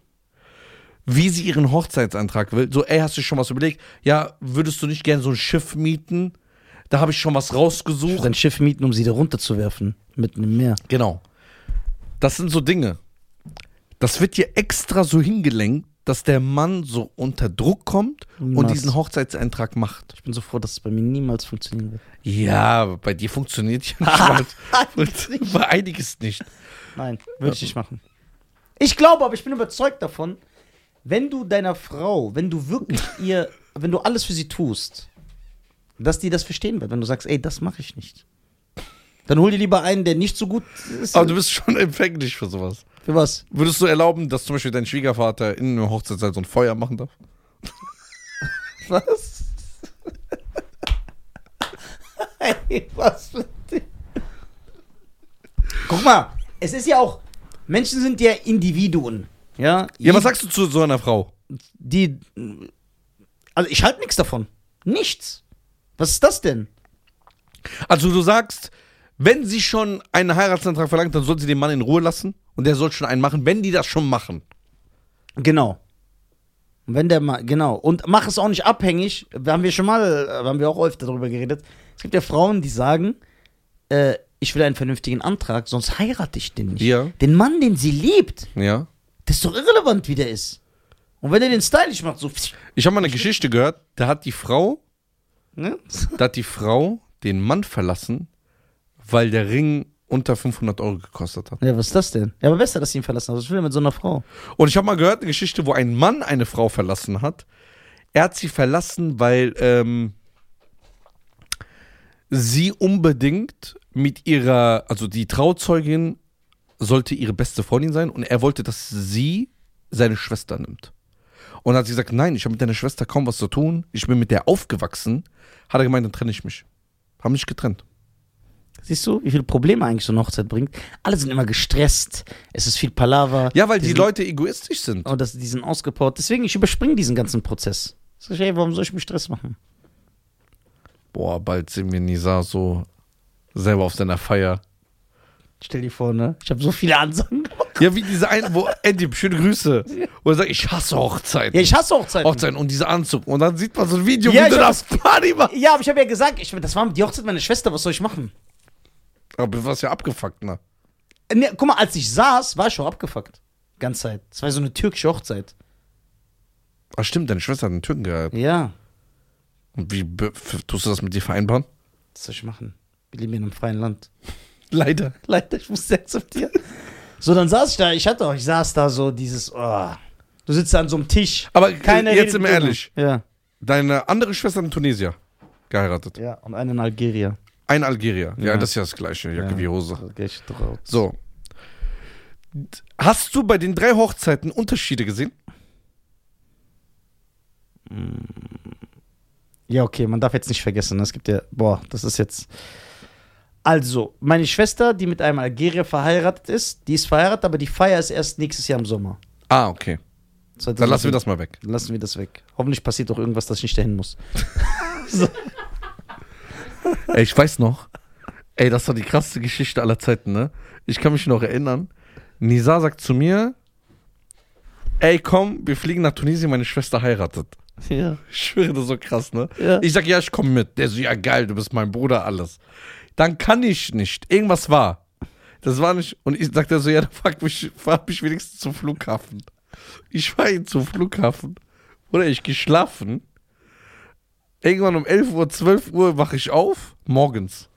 B: wie sie ihren Hochzeitsantrag will. So, ey, hast du schon was überlegt? Ja, würdest du nicht gerne so ein Schiff mieten? Da habe ich schon was rausgesucht.
A: Sein Schiff mieten, um sie da runterzuwerfen. Mitten im Meer.
B: Genau. Das sind so Dinge. Das wird dir extra so hingelenkt, dass der Mann so unter Druck kommt und
A: Niemals.
B: diesen Hochzeitseintrag macht.
A: Ich bin so froh, dass es bei mir niemals funktionieren wird.
B: Ja, aber bei dir funktioniert (laughs) ja nicht. weil- bei einiges nicht.
A: Nein, würde ich nicht machen. Ich glaube, aber ich bin überzeugt davon, wenn du deiner Frau, wenn du (laughs) wirklich ihr, wenn du alles für sie tust, dass die das verstehen wird, wenn du sagst, ey, das mache ich nicht. Dann hol dir lieber einen, der nicht so gut ist.
B: Aber du bist schon (laughs) empfänglich für sowas.
A: für was?
B: Würdest du erlauben, dass zum Beispiel dein Schwiegervater in einer Hochzeitszeit so ein Feuer machen darf?
A: Was? Ey, was für ein- Guck mal, es ist ja auch, Menschen sind ja Individuen. Ja,
B: Ja, was
A: Jed-
B: sagst du zu so einer Frau?
A: die. Also ich halte nichts davon. Nichts. Was ist das denn?
B: Also du sagst, wenn sie schon einen Heiratsantrag verlangt, dann soll sie den Mann in Ruhe lassen und der soll schon einen machen, wenn die das schon machen.
A: Genau. Und Wenn der mal, genau. Und mach es auch nicht abhängig. Da haben wir schon mal, äh, haben wir auch öfter darüber geredet. Es gibt ja Frauen, die sagen, äh, ich will einen vernünftigen Antrag, sonst heirate ich den nicht.
B: Ja.
A: Den Mann, den sie liebt,
B: Ja.
A: das ist doch irrelevant, wie der ist. Und wenn er den stylisch macht, so.
B: Ich habe mal eine Geschichte gehört, da hat die Frau,
A: Ne?
B: da hat die Frau den Mann verlassen, weil der Ring unter 500 Euro gekostet hat.
A: Ja, was ist das denn? Ja, aber besser, dass sie ihn verlassen hat. Was will er mit so einer Frau?
B: Und ich habe mal gehört eine Geschichte, wo ein Mann eine Frau verlassen hat. Er hat sie verlassen, weil ähm, sie unbedingt mit ihrer, also die Trauzeugin sollte ihre beste Freundin sein und er wollte, dass sie seine Schwester nimmt. Und hat sie gesagt, nein, ich habe mit deiner Schwester kaum was zu tun, ich bin mit der aufgewachsen. Hat er gemeint, dann trenne ich mich. Haben nicht getrennt.
A: Siehst du, wie viele Probleme eigentlich so eine Hochzeit bringt? Alle sind immer gestresst. Es ist viel Palaver.
B: Ja, weil die,
A: sind-
B: Leute egoistisch sind.
A: Und das, die sind ausgepowert. Deswegen, ich überspringe diesen ganzen Prozess. Sag ich, hey, warum soll ich mir Stress machen?
B: Boah, bald sind wir Nisa so selber auf seiner Feier.
A: Stell dir vor, ne? Ich habe so viele Ansagen.
B: Ja, wie diese eine, wo Andy, schöne Grüße. Wo er sagt, ich hasse Hochzeiten.
A: Ja, ich hasse Hochzeiten.
B: Hochzeiten und dieser Anzug. Und dann sieht man so ein Video,
A: Ja,
B: wie du
A: ich hab-
B: das (laughs) Party machst.
A: Ja, aber ich habe ja gesagt, ich, das war die Hochzeit meiner Schwester, was soll ich machen?
B: Aber du warst ja abgefuckt, ne?
A: Äh, Ne, guck mal, als ich saß, war ich schon abgefuckt. Ganz Zeit. Das war so eine türkische Hochzeit.
B: Ach Ah, stimmt, deine Schwester hat einen Türken geheiratet.
A: Ja,
B: Und wie be- f- tust du das mit dir vereinbaren?
A: was soll ich machen? Wir leben in einem freien Land. (laughs)
B: Leider.
A: Leider, ich musste akzeptieren. So, dann saß ich da, ich hatte auch, ich saß da so dieses, oh. Du sitzt da an so einem Tisch.
B: Aber äh, jetzt
A: redet
B: im
A: mit dir.
B: Ehrlich,
A: Ja,
B: deine andere Schwester hat in Tunesier geheiratet.
A: ja, und einen in Algerier.
B: Ein Algerier. Ja.
A: Ja.
B: das ist ja das gleiche, Jacke
A: Ja.
B: wie Hose.
A: So, geh ich drauf.
B: So. D- Hast du bei den drei Hochzeiten Unterschiede gesehen?
A: Ja, okay, man darf jetzt nicht vergessen, ne? es gibt ja, boah, das ist jetzt. Also, meine Schwester, die mit einem Algerier verheiratet ist, die ist verheiratet, aber die Feier ist erst nächstes Jahr im Sommer.
B: Ah, okay. Dann lassen wir das mal weg.
A: Dann lassen wir das weg. Hoffentlich passiert doch irgendwas, dass ich nicht dahin muss. so.
B: Ey, ich weiß noch. Ey, das war die krasseste Geschichte aller Zeiten, ne? Ich kann mich noch erinnern. Nisa sagt zu mir: Ey, komm, wir fliegen nach Tunesien, meine Schwester heiratet.
A: Ja.
B: Ich schwöre, das ist so krass, ne?
A: Ja.
B: Ich sag, ja, ich komm mit. Der so, ja, geil, du bist mein Bruder, alles. Dann kann ich nicht. Irgendwas war. Das war nicht. Und ich sag der so, ja, dann frag mich, fahr mich wenigstens zum Flughafen. Ich fahr ihn zum Flughafen. Oder ich geschlafen. Irgendwann um 11 Uhr, 12 Uhr wache ich auf, morgens.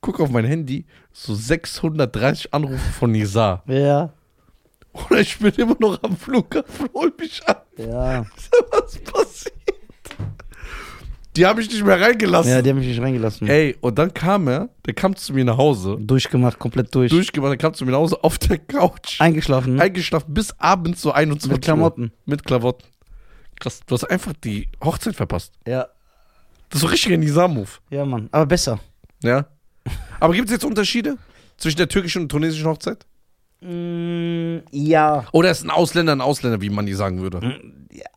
B: Guck auf mein Handy, so 630 Anrufe von Nizar.
A: Ja.
B: Oder ich bin immer noch am Flughafen, hol mich ab.
A: Ja.
B: (laughs) Was passiert? Die habe ich nicht mehr
A: Ja,
B: reingelassen.
A: die haben mich nicht reingelassen.
B: Ey, und dann kam er, der kam zu mir nach Hause,
A: Durchgemacht, komplett durch.
B: durchgemacht, der kam zu mir nach Hause auf der Couch,
A: Eingeschlafen. ne?
B: eingeschlafen bis abends so 21
A: Mit Klamotten.
B: Uhr. Mit Klamotten. Krass, du hast einfach die Hochzeit verpasst.
A: Ja.
B: Das ist so richtig ein Nizar-Move,
A: Ja, Mann. Aber besser.
B: ja. Aber gibt es jetzt Unterschiede zwischen der türkischen und tunesischen Hochzeit?
A: Mm, ja.
B: Oder ist ein Ausländer ein Ausländer, wie man die sagen
A: Mhm.
B: würde?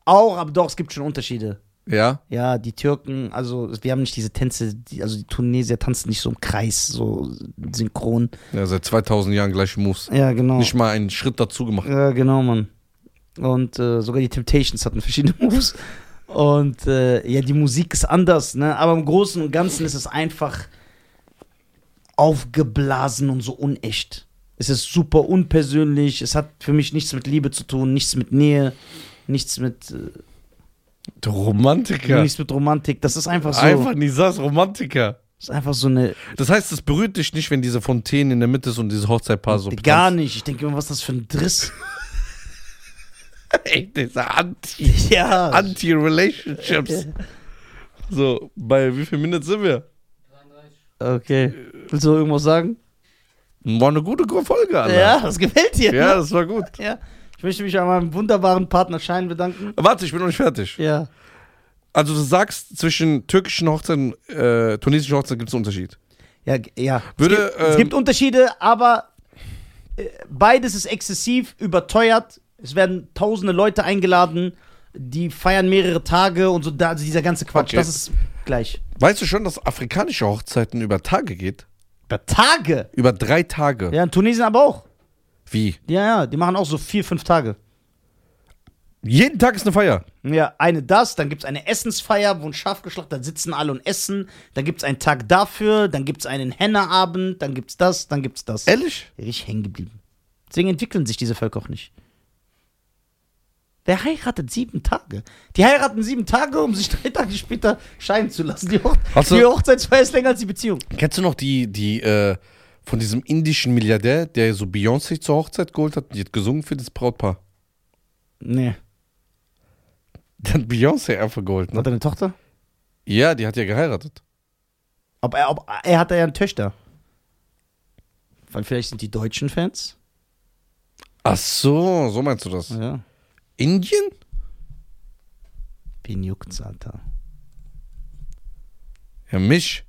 A: Auch, aber doch, es gibt schon Unterschiede.
B: Ja?
A: Ja, die Türken, also wir haben nicht diese Tänze, die, also die Tunesier tanzen nicht so im Kreis, so synchron.
B: Ja, seit 2000 Jahren gleiche Moves.
A: Ja, genau.
B: Nicht mal einen Schritt dazu gemacht.
A: ja, genau, Mann. Und äh, sogar die Temptations hatten verschiedene (laughs) Moves. Und äh, ja, die Musik ist anders, ne? Aber im Großen und Ganzen ist es einfach aufgeblasen und so unecht. Es ist super unpersönlich. Es hat für mich nichts mit Liebe zu tun, nichts mit Nähe, nichts mit, äh,
B: Du Romantiker.
A: nichts mit Romantik. Das ist einfach so,
B: Einfach Nisas Romantiker.
A: ist einfach so eine
B: Das heißt, es berührt dich nicht, wenn diese Fontäne in der Mitte ist und dieses Hochzeitpaar so.
A: Gar nicht. Ich denke immer, was ist das für ein Driss? (laughs)
B: Ey, diese Anti-
A: ja.
B: Anti-Relationships. so, bei wie viel Minuten sind wir?
A: Okay. Willst du irgendwas sagen?
B: War eine gute Folge, Alter.
A: Ja, das gefällt dir.
B: ja,
A: ne?
B: das war gut.
A: ja. Ich möchte mich an meinem wunderbaren Partner Schein bedanken.
B: Warte, ich bin noch nicht fertig.
A: Ja.
B: Also, du sagst, zwischen türkischen Hochzeiten und äh, tunesischen Hochzeiten gibt es einen Unterschied.
A: Ja, g- ja.
B: Würde,
A: es, gibt, es
B: ähm,
A: gibt Unterschiede, aber äh, beides ist exzessiv, überteuert. Es werden tausende Leute eingeladen, die feiern mehrere Tage und so. Da, also dieser ganze Quatsch,
B: Okay.
A: das ist gleich.
B: Weißt du schon, dass afrikanische Hochzeiten über Tage geht?
A: Über Tage?
B: Über drei Tage.
A: Ja, in Tunesien aber auch.
B: Wie?
A: Ja, ja, die machen auch so vier, fünf Tage.
B: Jeden Tag ist eine Feier.
A: Ja, eine das, dann gibt's eine Essensfeier, wo ein Schaf geschlachtet, dann sitzen alle und essen, dann gibt's einen Tag dafür, dann gibt's einen Henna-Abend, dann gibt's das, dann gibt's das.
B: Ehrlich?
A: Richtig hängen geblieben. Deswegen entwickeln sich diese Völker auch nicht. Wer heiratet sieben Tage? Die heiraten sieben Tage, um sich drei Tage später scheiden zu lassen. Die, Hoch
B: Hast du-
A: die Hochzeitsfeier ist länger als die Beziehung.
B: Kennst du noch die, die äh, von diesem indischen Milliardär, der so Beyoncé zur Hochzeit geholt hat? Die hat gesungen für das Brautpaar.
A: Nee.
B: Der hat Beyoncé einfach geholt, ne?
A: Hat er eine Tochter?
B: Ja, die hat ja geheiratet.
A: Ob er, ob, er hat ja eine Töchter. Weil vielleicht sind die deutschen Fans.
B: Ach so, so meinst du das?
A: Ja.
B: Indien?
A: Wen juckt's, Alter?
B: Ja, mich.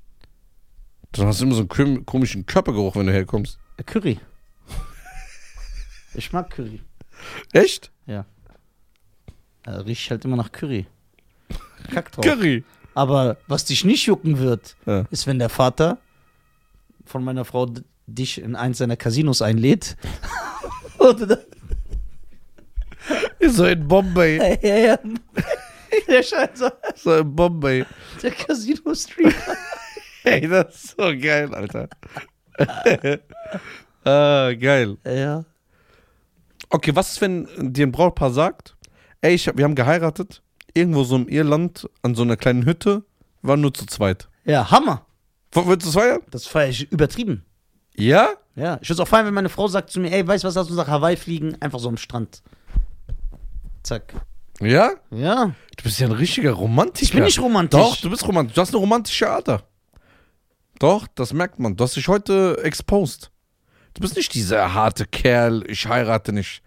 B: Dann hast du immer so einen küm- komischen Körpergeruch, wenn du herkommst.
A: Äh, Curry. Ich mag Curry.
B: Echt?
A: Äh, Riecht halt immer nach Curry. Kack drauf.
B: Curry.
A: Aber was dich nicht jucken wird,
B: Ja.
A: ist, wenn der Vater von meiner Frau d- dich in eins seiner Casinos einlädt. (laughs) Oder da-
B: So in
A: (laughs)
B: Bombay.
A: ja, ja, ja. Der Scheiße,
B: So in Bombay.
A: der Casino-Stream.
B: Ey, das ist so geil, Alter. (laughs) ah, geil.
A: Ja.
B: Okay, was ist, wenn dir ein Brautpaar sagt, ey, ich hab, wir haben geheiratet, irgendwo so im Irland, an so einer kleinen Hütte, waren nur zu zweit.
A: ja, Hammer.
B: W willst du es feiern?
A: Das feiere ich übertrieben.
B: Ja?
A: Ja, ich würde es auch feiern, wenn meine Frau sagt zu mir, ey, weißt du was, lass uns nach Hawaii fliegen, einfach so am Strand. Zack.
B: Ja?
A: Ja,
B: Du bist ja ein richtiger Romantiker.
A: ich bin nicht romantisch.
B: Doch, du bist romantisch. Du hast eine romantische Ader. Doch, das merkt man. Du hast dich heute exposed. Du bist nicht dieser harte Kerl, ich heirate nicht.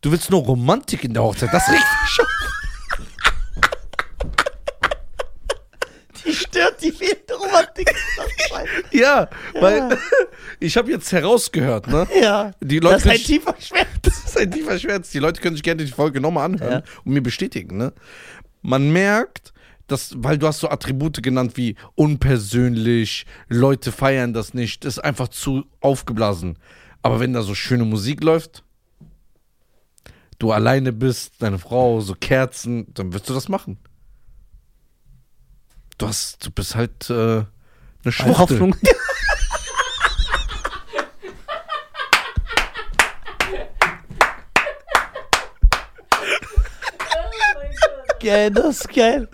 B: Du willst nur Romantik in der Hochzeit. Das riecht (laughs) mich auf.
A: Die stört die fehlende Romantik.
B: Ja, weil (laughs) ich habe jetzt herausgehört, ne?
A: (laughs) ja,
B: Die Leute
A: das ist ein
B: können-
A: tiefer Schmerz.
B: Das ist halt ein tiefer Schmerz. Die Leute können sich gerne die Folge nochmal anhören und mir bestätigen, ne? Man merkt, dass, weil du hast so Attribute genannt wie unpersönlich, Leute feiern das nicht, ist einfach zu aufgeblasen. Aber wenn da so schöne Musik läuft, du alleine bist, deine Frau, so Kerzen, dann wirst du das machen. Du hast, du bist halt äh, eine Schwuchtel.
A: Hoffnung. Geil, das ist geil.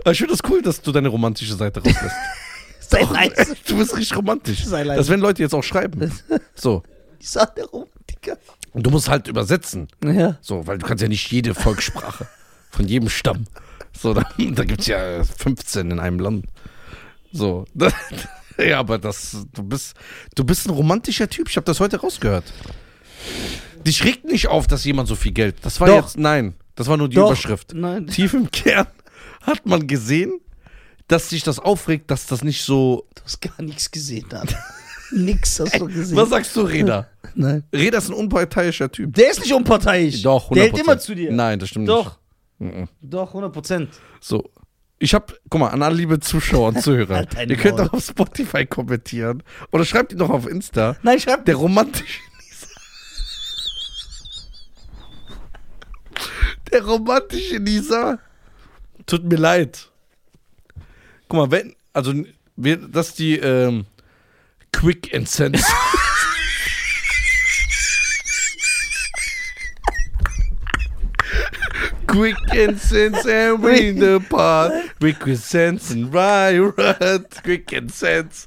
B: Aber Ich finde das cool, dass du deine romantische Seite rauslässt.
A: Sei leise.
B: (laughs) Du bist richtig romantisch.
A: Sei leise.
B: Das werden Leute jetzt
A: (laughs)
B: auch schreiben. So.
A: Die Sache der Romantiker.
B: Und du musst halt übersetzen.
A: Ja.
B: So, weil du kannst ja nicht jede Volkssprache von jedem Stamm. So, da, da gibt es ja 15 in einem Land. So. (laughs) Da, ja, aber das, du bist, du bist ein romantischer Typ. Ich habe das heute rausgehört. Dich regt nicht auf, dass jemand so viel Geld. Das war
A: Doch.
B: jetzt, nein, das war nur die
A: Doch.
B: Überschrift.
A: Nein.
B: Tief im Kern hat man gesehen, dass sich das aufregt, dass das nicht so.
A: Du hast gar nichts gesehen, Alter. Nix hast du gesehen.
B: Was sagst du, Reda?
A: Nein.
B: Reda ist ein unparteiischer Typ.
A: Der ist nicht unparteiisch.
B: Doch, 100%.
A: Der hält immer zu dir.
B: Nein, das stimmt
A: Doch.
B: nicht. Mhm.
A: Doch, 100 Prozent.
B: So. Ich hab, guck mal, an alle liebe Zuschauer
A: (laughs)
B: und Zuhörer,
A: Halt dein
B: ihr könnt
A: Maul.
B: auch auf Spotify kommentieren oder schreibt ihn doch auf Insta.
A: Nein, schreib
B: Der romantische Nisa. Der romantische Nisa. Tut mir leid. Guck mal, wenn, also, wir, das ist die ähm, Quick and Sense. (laughs) Quick and sense and win the part. Quick and sense and riot. Quick and sense.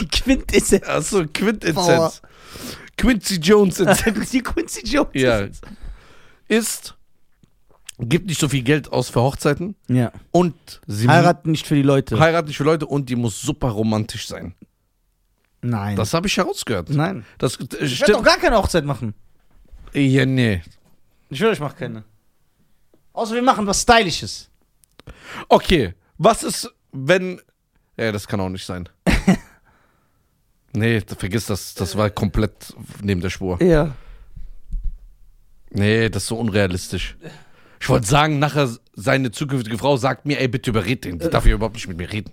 A: die Quintessenz. (laughs)
B: Achso,
A: Bauer.
B: Quintessenz. Quincy
A: (laughs)
B: Jones
A: Die Quincy Jones.
B: ja. ist, gibt nicht so viel Geld aus für Hochzeiten
A: ja.
B: und sie
A: Heiraten nicht für die Leute.
B: mu- heiraten nicht für Leute und die muss super romantisch sein.
A: Nein.
B: Das habe ich herausgehört.
A: Nein.
B: Das äh,
A: Ich werde doch
B: stimmt.
A: gar keine Hochzeit machen.
B: Ja, nee.
A: Ich will, ich mache keine. Außer wir machen was Stylisches.
B: Okay, was ist, wenn. Ja, das kann auch
A: (laughs)
B: nicht sein. nee, vergiss das. Das war komplett neben der Spur.
A: Ja.
B: Nee, das ist so unrealistisch. Ich wollte sagen, nachher seine zukünftige Frau sagt mir, ey, bitte überred den. Die darf ja überhaupt nicht mit mir reden.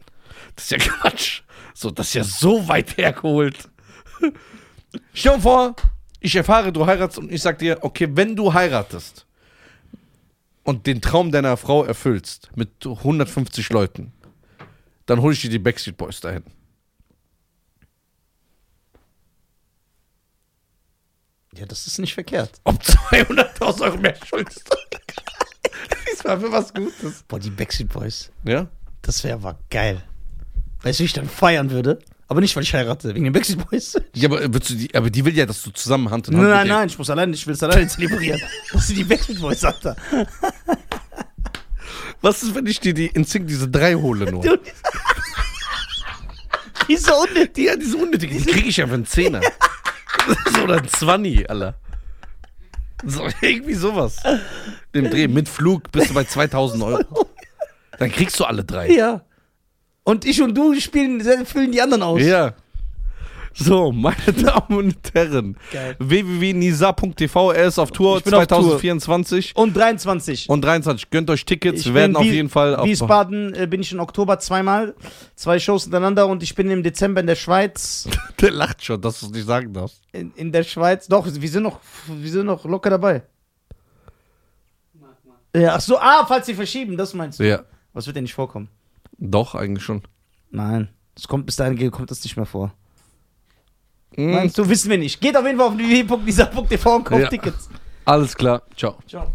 B: Das ist ja (laughs) Quatsch. So, das ist ja so weit hergeholt. Stell dir vor, ich erfahre, du heiratest und ich sag dir, okay, wenn du heiratest und den Traum deiner Frau erfüllst mit 150 Leuten, dann hole ich dir die Backstreet Boys dahin.
A: Ja, das ist nicht verkehrt.
B: Ob 200.000 Euro mehr (laughs) schuldest. Diesmal für was Gutes.
A: Boah, die Backstreet Boys.
B: Ja?
A: Das wäre aber geil. Weißt du, wie ich dann feiern würde? Aber nicht, weil ich heirate, wegen den Backstreet Boys.
B: Ja, aber, willst du die, aber die will ja, dass du zusammen Hand in Hand
A: Nein, nein,
B: mit ihr-
A: nein, ich muss alleine, ich will es alleine
B: (laughs)
A: zelebrieren. Das sind die Backstreet Boys, Alter.
B: Was ist, wenn ich dir die Instinct diese drei hole nur?
A: Du, diese unnötig.
B: Die, ja, diese unnötigen, die kriege ich ja für
A: (laughs)
B: einen Zehner. so, oder ein Zwanni, Alter. So, irgendwie sowas. Im Dreh, mit Flug bist du bei 2000 Euro. Dann kriegst du alle drei.
A: Ja. Und ich und du spielen, füllen die anderen aus.
B: Ja. So, meine (laughs) Damen und Herren,
A: Geil.
B: www.nisa.tv, er ist auf Tour
A: Ich bin auf
B: 2024
A: Und 23.
B: und 23. Gönnt euch Tickets,
A: Ich
B: werden
A: bin
B: auf
A: Wies-
B: jeden Fall auf.
A: Wiesbaden äh, bin ich im Oktober zweimal, zwei Shows hintereinander und ich bin im Dezember in der Schweiz.
B: (laughs) Der lacht schon, dass du es nicht sagen darfst.
A: In, in der Schweiz. Doch, wir sind noch, wir sind noch locker dabei. Ja, ach so, ah, falls sie verschieben, das meinst du.
B: Ja.
A: Was wird denn nicht vorkommen?
B: Doch, eigentlich schon.
A: Nein. Es kommt bis dahin, kommt das nicht mehr vor.
B: Mhm.
A: Meinst du, wissen wir nicht. Geht auf jeden Fall auf www.dieser.tv und kauft
B: Ja.
A: Tickets.
B: Alles klar, ciao.
A: Ciao.